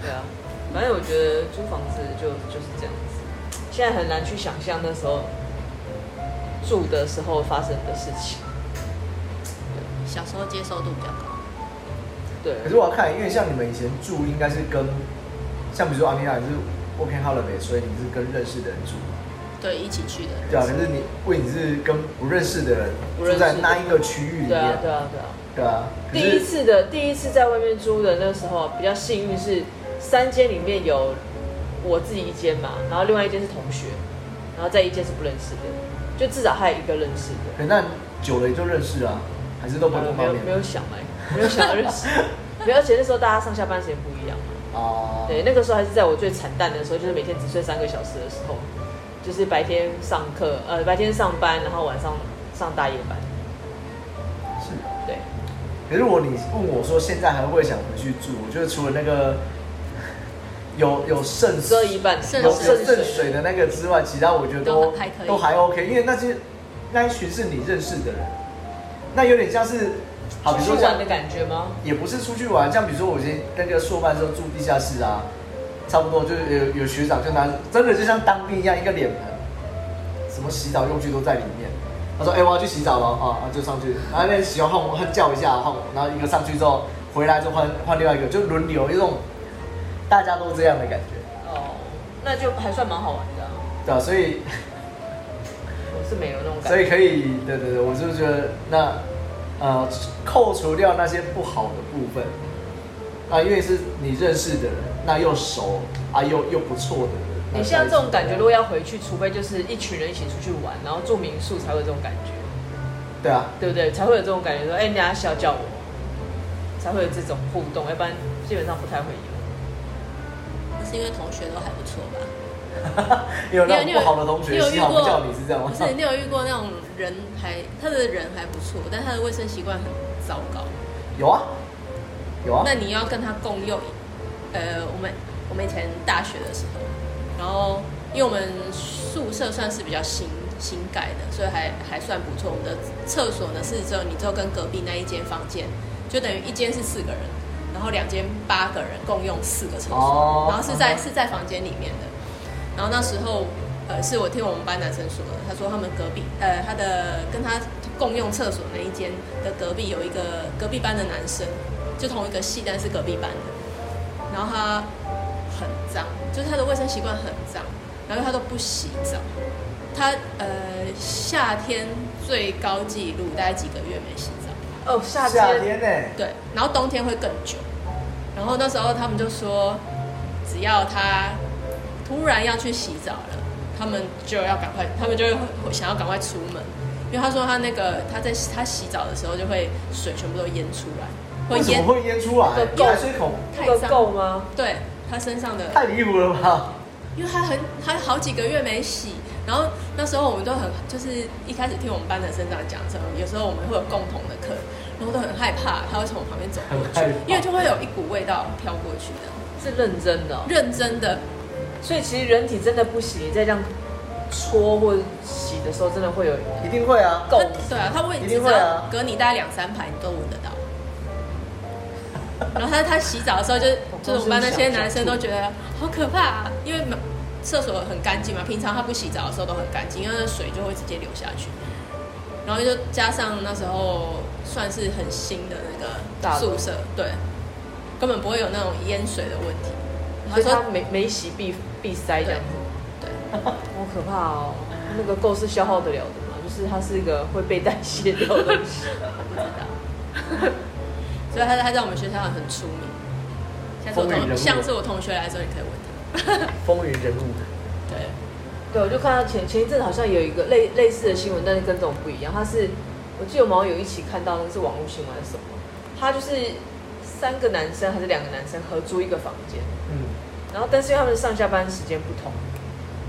对啊，反正我觉得租房子就就是这样子，现在很难去想象那时候住的时候发生的事情。小时候接受度比较高，对，可是我要看，因为像你们以前住，应该是跟，像比如说阿妮娜，你是 OK Holiday，所以你是跟认识的人住，对，一起去的人。对啊。可是你为你是跟不认识的人不认住识的在那一个区域里面，对啊，对啊，对啊。对啊可第一是次的第一次在外面租的那时候比较幸运是三间里面有我自己一间嘛，然后另外一间是同学，然后再一间是不认识的，就至少还有一个认识的。可那久了也就认识啊，还是都不会呃碰没到有面没有想哎、没有想要认识， *laughs* 没有，而且那时候大家上下班时间不一样嘛。啊。对，，那个时候还是在我最惨淡的时候，就是每天只睡三个小时的时候，就是白天上课，呃，白天上班，然后晚上上大夜班。是。对，可是如果你问我说现在还会想回去住，我觉得除了那个 *laughs* 有有渗只有一半剩有水渗渗水的那个之外，其他我觉得都都还可以都还 OK，因为那些那一群是你认识的人，那有点像是，好，比如出说去像玩的感觉吗？也不是出去玩，像比如说我以前那个硕班的时候住地下室啊，差不多就是有有学长就拿真的就像当兵一样一个脸盆，什么洗澡用具都在里面。他说：“哎、我要去洗澡了哦，啊就上去，然后那洗完换我换叫一下换我，然后一个上去之后回来就换换另外一个，就轮流，有一种大家都这样的感觉，哦，那就还算蛮好玩的啊、对吧、所以我是没有那种感所觉。以可以，对对对，我就觉得那呃，扣除掉那些不好的部分，啊，因为是你认识的人，那又熟啊，又又不错的人。那你像这种感觉，如果在一起要回去，除非就是一群人一起出去玩，然后住民宿才会有这种感觉，对啊， *laughs* 对不对？才会有这种感觉，说，哎、你等一下小叫我，才会有这种互动，要不然基本上不太会有。那是因为同学都还不错吧？有那你种有不好的同你学，有遇幸好过不叫你是这样吗不？是，你有遇过那种人还他的人还不错，但他的卫生习惯很糟糕。有啊，有啊那，你要跟他共用，呃，我们我们以前大学的时候，然后因为我们宿舍算是比较新新盖的，所以还还算不错。我们的厕所呢是只有你只有跟隔壁那一间房间，就等于一间是四个人，然后两间八个人共用四个厕所，哦然后是在嗯哼是在房间里面的。然后那时候，呃，是我听我们班男生说的，他说他们隔壁，呃，他的跟他共用厕所那一间的隔壁有一个隔壁班的男生，就同一个系，但是隔壁班的。然后他很脏，就是他的卫生习惯很脏，然后他都不洗澡。他呃，夏天最高纪录大概几个月没洗澡。哦，夏天，夏天呢、对，然后冬天会更久。然后那时候他们就说，只要他突然要去洗澡了，他们就要赶快，他们就会想要赶快出门，因为他说他那个他在他洗澡的时候就会水全部都淹出来，会为什淹么会淹出来那？个排水孔那太个脏，够吗？对他身上的太离谱了吧？因为他很他好几个月没洗，然后那时候我们都很就是一开始听我们班的生长讲的时候，有时候我们会有共同的课，然后都很害怕他会从我旁边走过很害去怕，因为就会有一股味道飘过去的，是认真的哦、认真的所以其实人体真的不洗，你再这样搓或洗的时候，真的会有一定会啊，够他对啊，他会一只定会啊要隔你大概两三排，你都闻得到。然后他他洗澡的时候就，就是我们班那些男生都觉得好可怕、啊，因为门厕所很干净嘛，平常他不洗澡的时候都很干净，因为那水就会直接流下去。然后就加上那时候算是很新的那大个楼宿舍，对，根本不会有那种淹水的问所题。以他没没洗必必塞这样子，*laughs* 对，好可怕哦！那个够是消耗得了的嘛？就是它是一个会被代谢掉的东西。 *laughs* 不知道。所以他他在我们学校很出名。下次我风云人同物像是我同学来的时候，你可以问风云人物，他。对，对，我就看到前前一阵好像有一个类类似的新闻，但是跟这种不一样。它是我记得我们好像有一起看到那个是网络新闻还是什么，他就是三个男生还是两个男生合租一个房间，嗯，然后但是因为他们上下班时间不同，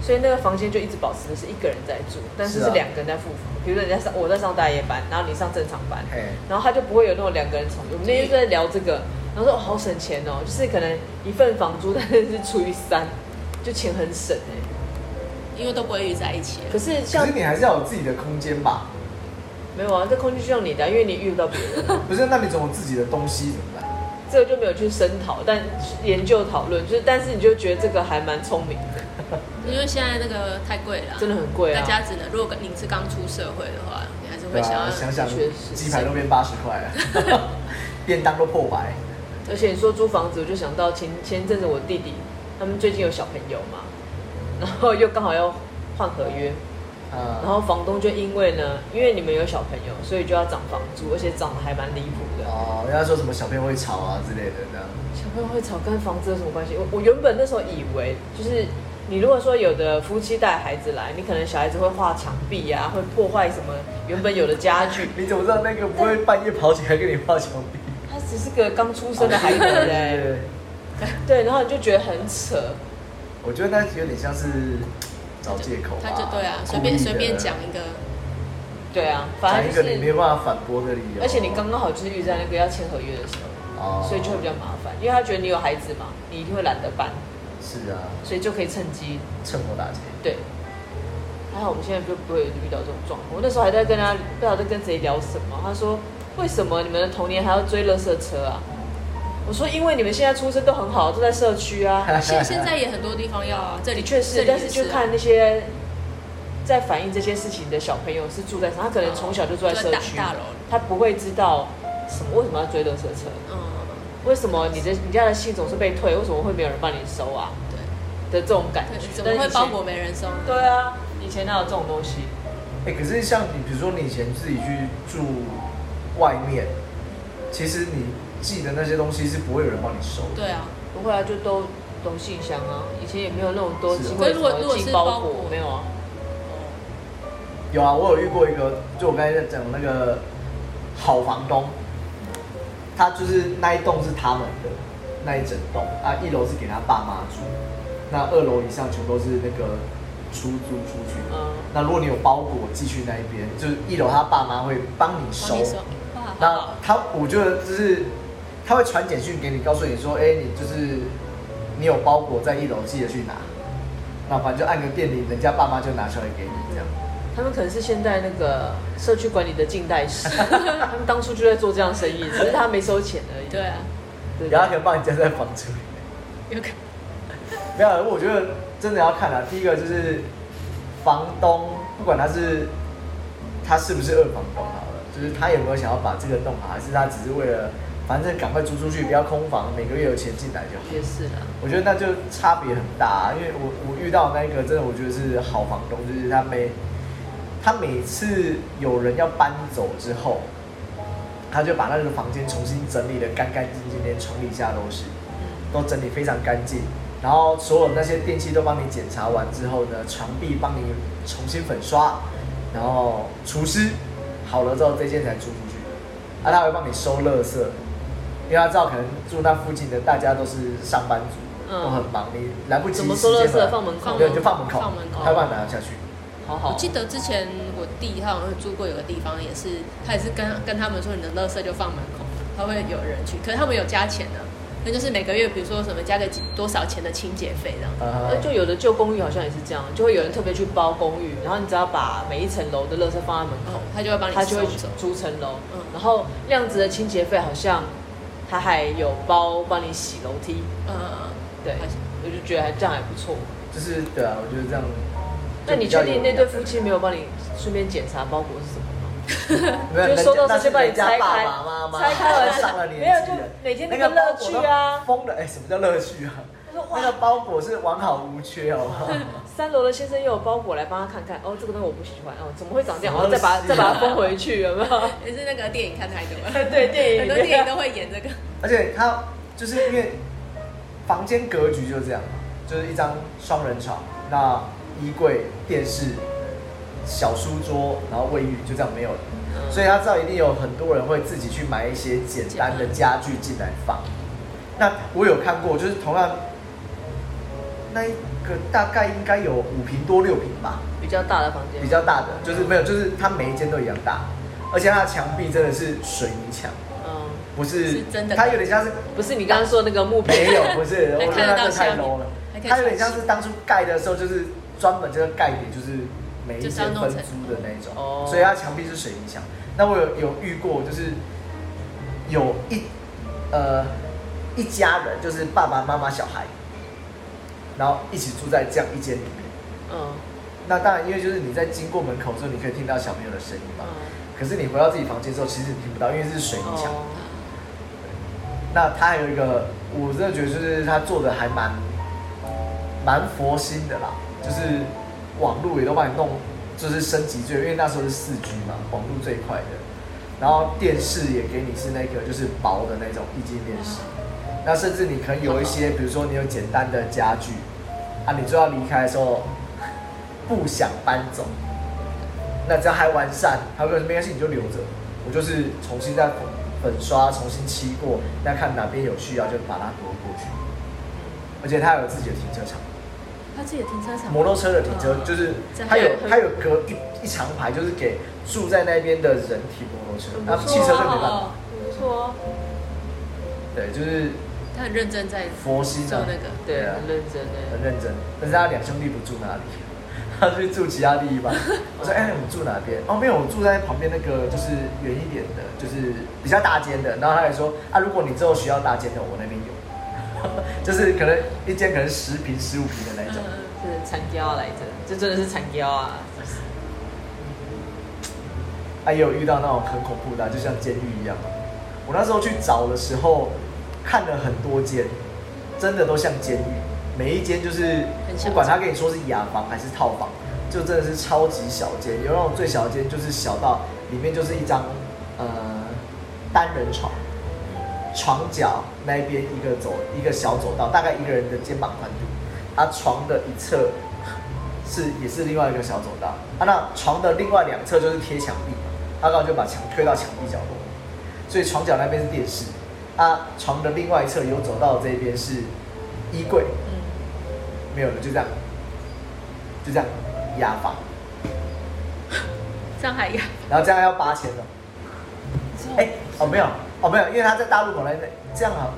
所以那个房间就一直保持的是一个人在住，但是是啊是两个人在付房。比如说人家上我在上大夜班，然后你上正常班，哎、然后他就不会有那种两个人重叠。我们那天就在聊这个，然后说哦好省钱哦，就是可能一份房租但是是除以三，就钱很省哎。因为都不会遇在一起了可是可像是你还是要有自己的空间吧？没有啊，这空间就像你的啊、因为你遇不到别人，啊 *laughs* 不是，那你总有自己的东西怎么办？这个就没有去深讨，但研究讨论就是，但是你就觉得这个还蛮聪明的，因为现在那个太贵了啊、真的很贵啊大。家只能，如果你是刚出社会的话，你还是对会想要。啊，想想确实鸡排都变八十块了， *laughs* 便当都破百。而且你说租房子，我就想到前前一阵子我弟弟他们最近有小朋友嘛，然后又刚好要换合约，然哦嗯，后房东就因为呢，因为你们有小朋友，所以就要涨房租，而且涨得还蛮离谱的。哦，人家说什么小朋友会吵啊之类的，这样小朋友会吵跟房子有什么关系？我我原本那时候以为，就是你如果说有的夫妻带孩子来，你可能小孩子会画墙壁呀、会破坏什么原本有的家具。你怎么知道那个不会半夜跑起来跟你画墙壁？他只是个刚出生的孩 *laughs* 子嘞，对对，然后你就觉得很扯。我觉得那有点像是找借口啊，他就对啊，随便故意的随便讲 *laughs* 一个，对啊，反讲正一就个你没是，有办法反驳的理由。而且你刚刚好就是遇在那个要签合约的时候，哦所以就会比较麻烦，因为他觉得你有孩子嘛，你一定会懒得办，是啊，所以就可以趁机趁火打劫。对。还好我们现在就不会遇到这种状况。我那时候还在跟他，不知道在跟谁聊什么，他说为什么你们的童年还要追垃圾车啊？我说因为你们现在出生都很好，都在社区啊。现现在也很多地方要啊，这里的确这是，里但是也就啊看那些在反映这些事情的小朋友是住在什么，他可能从小就住在社区，哦大大楼他不会知道什么为什么要追垃圾车，嗯，为什么你的你家的信总是被退，为什么会没有人帮你收啊对，的这种感觉对，。怎但么是以会前包裹？没人收？对啊，以前哪有这种东西？哎、可是像你，比如说你以前自己去住外面，其实你寄的那些东西是不会有人帮你收的。对啊，不会啊，就都都信箱啊，以前也没有那种多是机啊会可是如果什么如果是寄包包裹裹，没有啊，有啊，我有遇过一个，就我刚才在讲那个好房东，他就是那一栋是他们的那一整栋啊，一楼是给他爸妈住，那二楼以上全都是那个出租出去的。嗯，那如果你有包裹寄去那一边，就是一楼他爸妈会帮你收帮。你收，哇，好那好，他，我觉得就是他会传简讯给你，告诉你说，哎、你就是你有包裹在一楼，记得去拿。那反正就按个电铃，人家爸妈就拿出来给你这样。他们可能是现在那个社区管理的近代 *laughs* 史，他们当初就在做这样生意，只是他没收钱而已。对啊，对然后可以帮你加在房租里。有可没有，我觉得真的要看啊。第一个就是房东，不管他是他是不是二房东好了，就是他有没有想要把这个弄好，还是他只是为了反正赶快租出去，不要空房，每个月有钱进来就好。也是啦，我觉得那就差别很大、啊，因为我我遇到那个真的，我觉得是好房东，就是他每他每次有人要搬走之后，他就把那个房间重新整理的干干净净，连床底下都是，都整理非常干净。然后所有那些电器都帮你检查完之后呢，墙壁帮你重新粉刷，然后厨师好了之后，这件才租出去。啊，他会帮你收垃圾，因为他知道可能住那附近的大家都是上班族，嗯都很忙，你来不及怎时么间收垃回圾来放门口？放对，门就放门口，放门口他会帮你拿下去。好我好记得之前我弟他好像住过有个地方，也是他也是跟跟他们说你的垃圾就放门口，他会有人去，可是他们有加钱的、那就是每个月比如说什么加个几多少钱的清洁费这样。呃呃，，就有的旧公寓好像也是这样，就会有人特别去包公寓，然后你只要把每一层楼的垃圾放在门哦口，，他就会帮你他就会 *laughs* 收走。租层楼嗯。然后那样子的清洁费好像他还有包帮你洗楼梯，呃，对好像，我就觉得还这样还不错。就是对啊，我觉得这样。啊那你确定那对夫妻？妻没有帮你顺便检查包裹是什么吗？没有就人收到家这就把你拆人家爸开爸妈妈拆开完上了年纪没有就了每天那个那个包乐裹趣都啊疯了哎，什么叫乐趣啊？他说那个哇，包裹是完好无缺哦。 *laughs* 三楼的先生又有包裹来帮他看看，哦，这个东西我不喜欢，哦，怎么会长这样？然后再什么把它东西啊嗯再把它封回去，有没 *laughs* 有？也是那个电影看太多了，对，电影 *laughs* 很多电影都会演这个。而且它就是因为房间格局就这样嘛，就是一张双人床，那衣柜、电视、小书桌，然后卫浴就这样没有了。嗯所以他知道一定有很多人会自己去买一些简单的家具进来放。那我有看过，就是同样那一个大概应该有五平多六平吧，比较大的房间，比较大的，就是没有，就是它每一间都一样大，而且它的墙壁真的是水泥墙，嗯，不是是真的它有点像是不是你刚刚说那个木片，没有，不是， *laughs* 还我觉看得得到那这下太面 low 了还可。以它有点喘像息是当初盖的时候，就是专门这个盖点，就是每一就是要间弄分成租的那一种哦，所以它墙壁是水泥墙。那我有有遇过，就是有一呃一家人，就是爸爸妈妈、小孩，然后一起住在这样一间里面。嗯那当然，因为就是你在经过门口之后，你可以听到小朋友的声音嘛。嗯，可是你回到自己房间之后，其实你听不到，因为是水泥墙。哦那他还有一个，我真的觉得就是他做的还蛮蛮佛心的啦，就是网络也都帮你弄，就是升级最，因为那时候是四 G 嘛，网络最快的。然后电视也给你是那个就是薄的那种液晶电视，那甚至你可能有一些，比如说你有简单的家具，啊，你就要离开的时候不想搬走，那只要还完善，他会说没关系你就留着，我就是重新再粉粉刷，重新漆过，那看哪边有需要就把它挪过去。而且他有自己的停车场，他他自己的停车场，摩托车的停车，就是这它有还有它有隔一一长排，就是给住在那边的人停摩托车，那很不错啊汽车就没办 *laughs* 法哦。，不错哦，对，就是他很认真在佛心做啊，那个，对，啊很认真哎很。认真。但是他两兄弟不住那里， *laughs* 他去住其他地方。我说：“哎、你们住哪边？”哦，没有，我住在旁边那个，就是远一点的，就是比较大间的。然后他也说：“啊，如果你之后需要大间的，我那边有， *laughs* 就是可能一间可能十平、十五平的那一种。嗯是残雕来着，这真的是残雕啊！啊，也有遇到那种很恐怖的啊、就像监狱一样。我那时候去找的时候，看了很多间，真的都像监狱，每一间就是很小不管他跟你说是雅房还是套房，就真的是超级小间。有那种最小的间就是小到里面就是一张呃单人床，床角那一边一个走一个小走道，大概一个人的肩膀宽度，啊床的一侧是也是另外一个小走道，啊那床的另外两侧就是贴墙壁，他刚好就把墙推到墙壁角落，所以床角那边是电视，啊床的另外一侧有走道这边是衣柜，嗯，没有了就这样，就这样雅房，上海呀，然后这样要八千了。哎、哦没有，哦没有，因为他在大陆本来这样啊，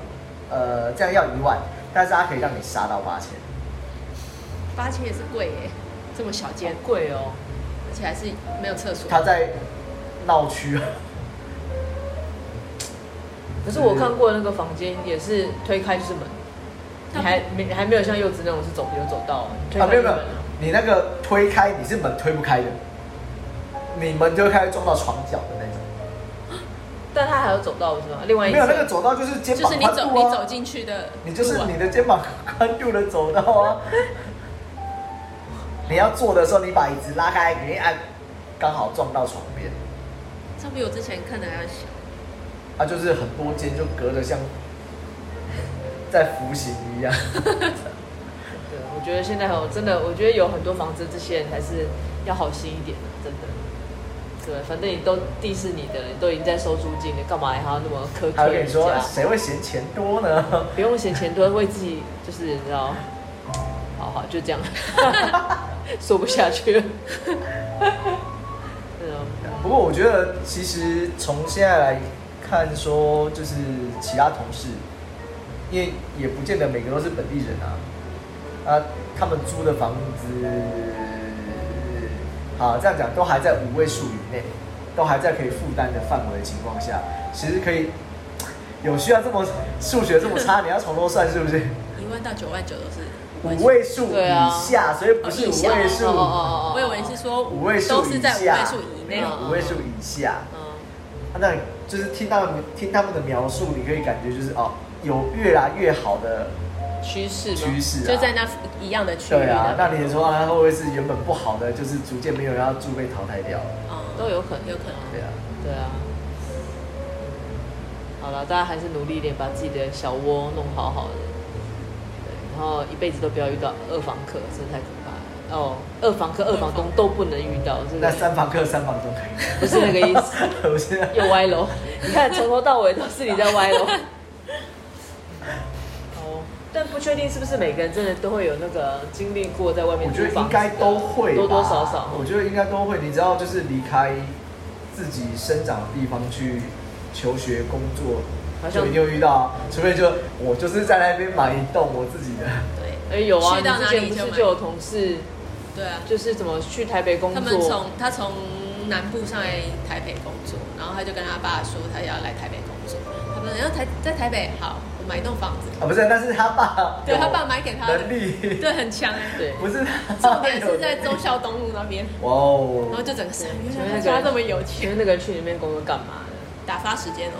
呃，这样要一万，但是他可以让你杀到八千，八千也是贵耶，这么小间好，贵哦，而且还是没有厕所，他在闹区啊，可是我看过的那个房间也是推开就是门，你还没还没有像柚子那种是走有走道，推啊开没有就没有门了，你那个推开你是门推不开的，你门就会开始撞到床角的那种，但它还有走道是吗？另外一没有那侧个走道就是肩就膀是你宽走度你走啊，进啊去的，你就是你，的肩膀宽度的走道啊， *laughs* 你要坐的时候你把椅子拉开，你一按刚好撞到床边。这比我之前看的还要小，它啊就是很多间就隔得像在服刑一 *laughs* 样。对，我觉得现在有真的，我觉得有很多房子，这些人还是要好心一点的，真的。对，反正你都地是你的了，你都已经在收租金了，干嘛还要那么苛刻还有跟人你说啊啊家？谁会嫌钱多呢？不用嫌钱多，为自己就是你知道，好好就这样， *laughs* 说不下去 *laughs* 了。嗯，不过我觉得其实从现在来看，说就是其他同事，因为也不见得每个都是本地人啊，啊，他们租的房子，好这样讲都还在五位数以内，都还在可以负担的范围的情况下，其实可以有需要这么数学这么差，你要从头算是不是？一万到九万九都是五位数对啊以下，所以不是哦以五下位哦哦数，哦哦，我以为是说五位数都是以在五位下嗯数以内没有，五位数以下。嗯，啊那就是听他们听他们的描述，你可以感觉就是哦，有越来越好的趋势吗趋势啊。就在那一样的区域对啊，那那你也说啊它会不会是原本不好的，就是逐渐没有要住被淘汰掉了？都嗯有有可能，有可能，对啊，对啊。好了，大家还是努力一点，把自己的小窝弄好好的。对，然后一辈子都不要遇到二房客，真的太可怕了。哦，二房客、二房东都不能遇到，这那个三房客三房都可以。不是那个意 *laughs* 思。我现在又歪楼，你看从头到尾都是你在歪楼。哦，但不确定是不是每个人真的都会有那个经历过在外面我租觉得房应子的，该都会吧，多多少少。我觉得应该都会。你只要就是离开自己生长的地方去求学、工作，好像就一定会遇到啊。除非就我就是在那边买一栋我自己的，对哎、有啊，去你到之哪前里不就是买就有同事，对啊，就是怎么去台北工他们作从，他从南部上来台北工作，然后他就跟他爸说他要来台北工作，他们要台在台北好，我买一栋房子，啊，不是，但是他爸对有他爸买给他的能力，对，很强哎，对，不是他重点是在有忠孝东路那边，哇哦，然后就整个傻眼，请原问那个来他家人这么有请钱，问那个人去你那边工作干嘛的？打发时间哦，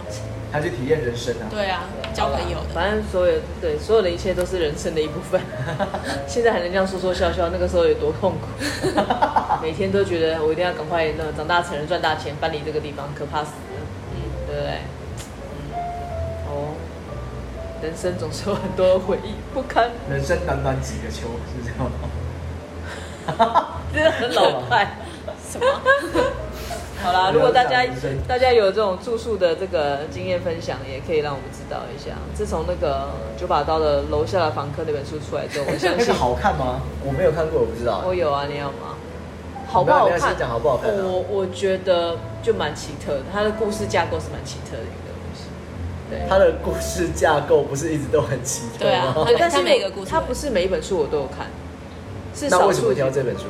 他去体验人生啊。对啊，交朋友的，反正所有对所有的一切都是人生的一部分。现在还能这样说说笑笑，那个时候有多痛苦？每天都觉得我一定要赶快那个长大成人赚大钱，搬离这个地方，可怕死了，嗯，对不对？嗯哦，人生总是有很多回忆不堪，人生短短几个秋，是这样吗？真的很老派。什么？ *laughs* 好啦，如果大家人生大家有这种住宿的这个经验分享，也可以让我们知道一下。自从那个九把刀的楼下的房客那本书出来之后，我相 *laughs* 那个信好看吗？我没有看过，我不知道。我有啊，你有吗？好不好没有你要看？先讲好不好看啊我我觉得就蛮奇特的，它的故事架构是蛮奇特的一个东西。对，呃它的故事架构不是一直都很奇特对啊吗？很但是它每个故事它不是每一本书我都有看，是那少为什数么会。挑这本书？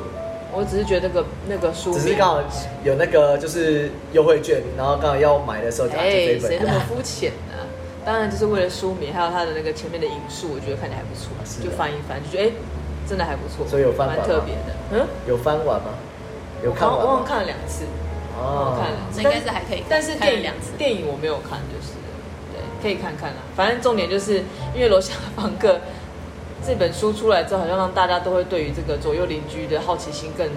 我只是觉得那个那个书只是名刚好有那个就是优惠券，然后刚好要买的时候就啊就这哎一，谁本那么肤浅呢？当然就是为了书名，还有它的那个前面的引述，我觉得看起来还不错啊，是的就翻一翻，就觉得哎、真的还不错，所以有翻版蛮吗特别的。嗯，有翻完吗？有我看好完我好像吗？看了两次，我哦看了两次，这应该是还可以看但是看电了影两次电影我没有看，就是对，可以看看啦。反正重点就是因为楼下的房客这本书出来之后，好像让大家都会对于这个左右邻居的好奇心更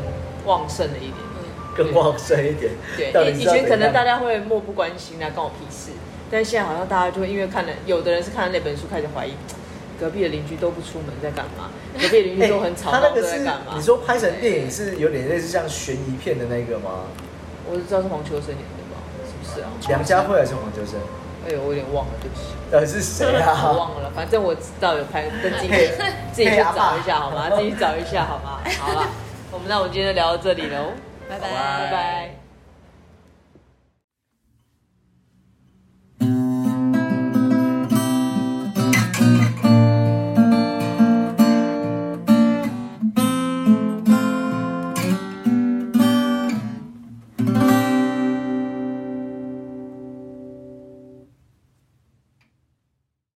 旺盛了一点。嗯，更旺盛一点。对到，底以是以要前可怎能样大家会漠不关心啊，关我屁事。但现在好像大家就会因为看了，有的人是看了那本书开始怀疑，隔壁的邻居都不出门在干嘛？隔壁的邻居都很吵 *laughs* 哎闹它都那个在是干嘛？你说拍成电影是有点类似像悬疑片的那个吗？我就知道是黄秋生演的吧？是不是啊？梁家辉还是黄秋生？哎呦，我有点忘了，对不起，到底是谁我啊？忘了。反正我知道有拍，跟自己嘿自己去嘿阿找爸一下好吗？自己找一下好吗？好了，我们那我们今天就聊到这里喽，拜拜拜。拜。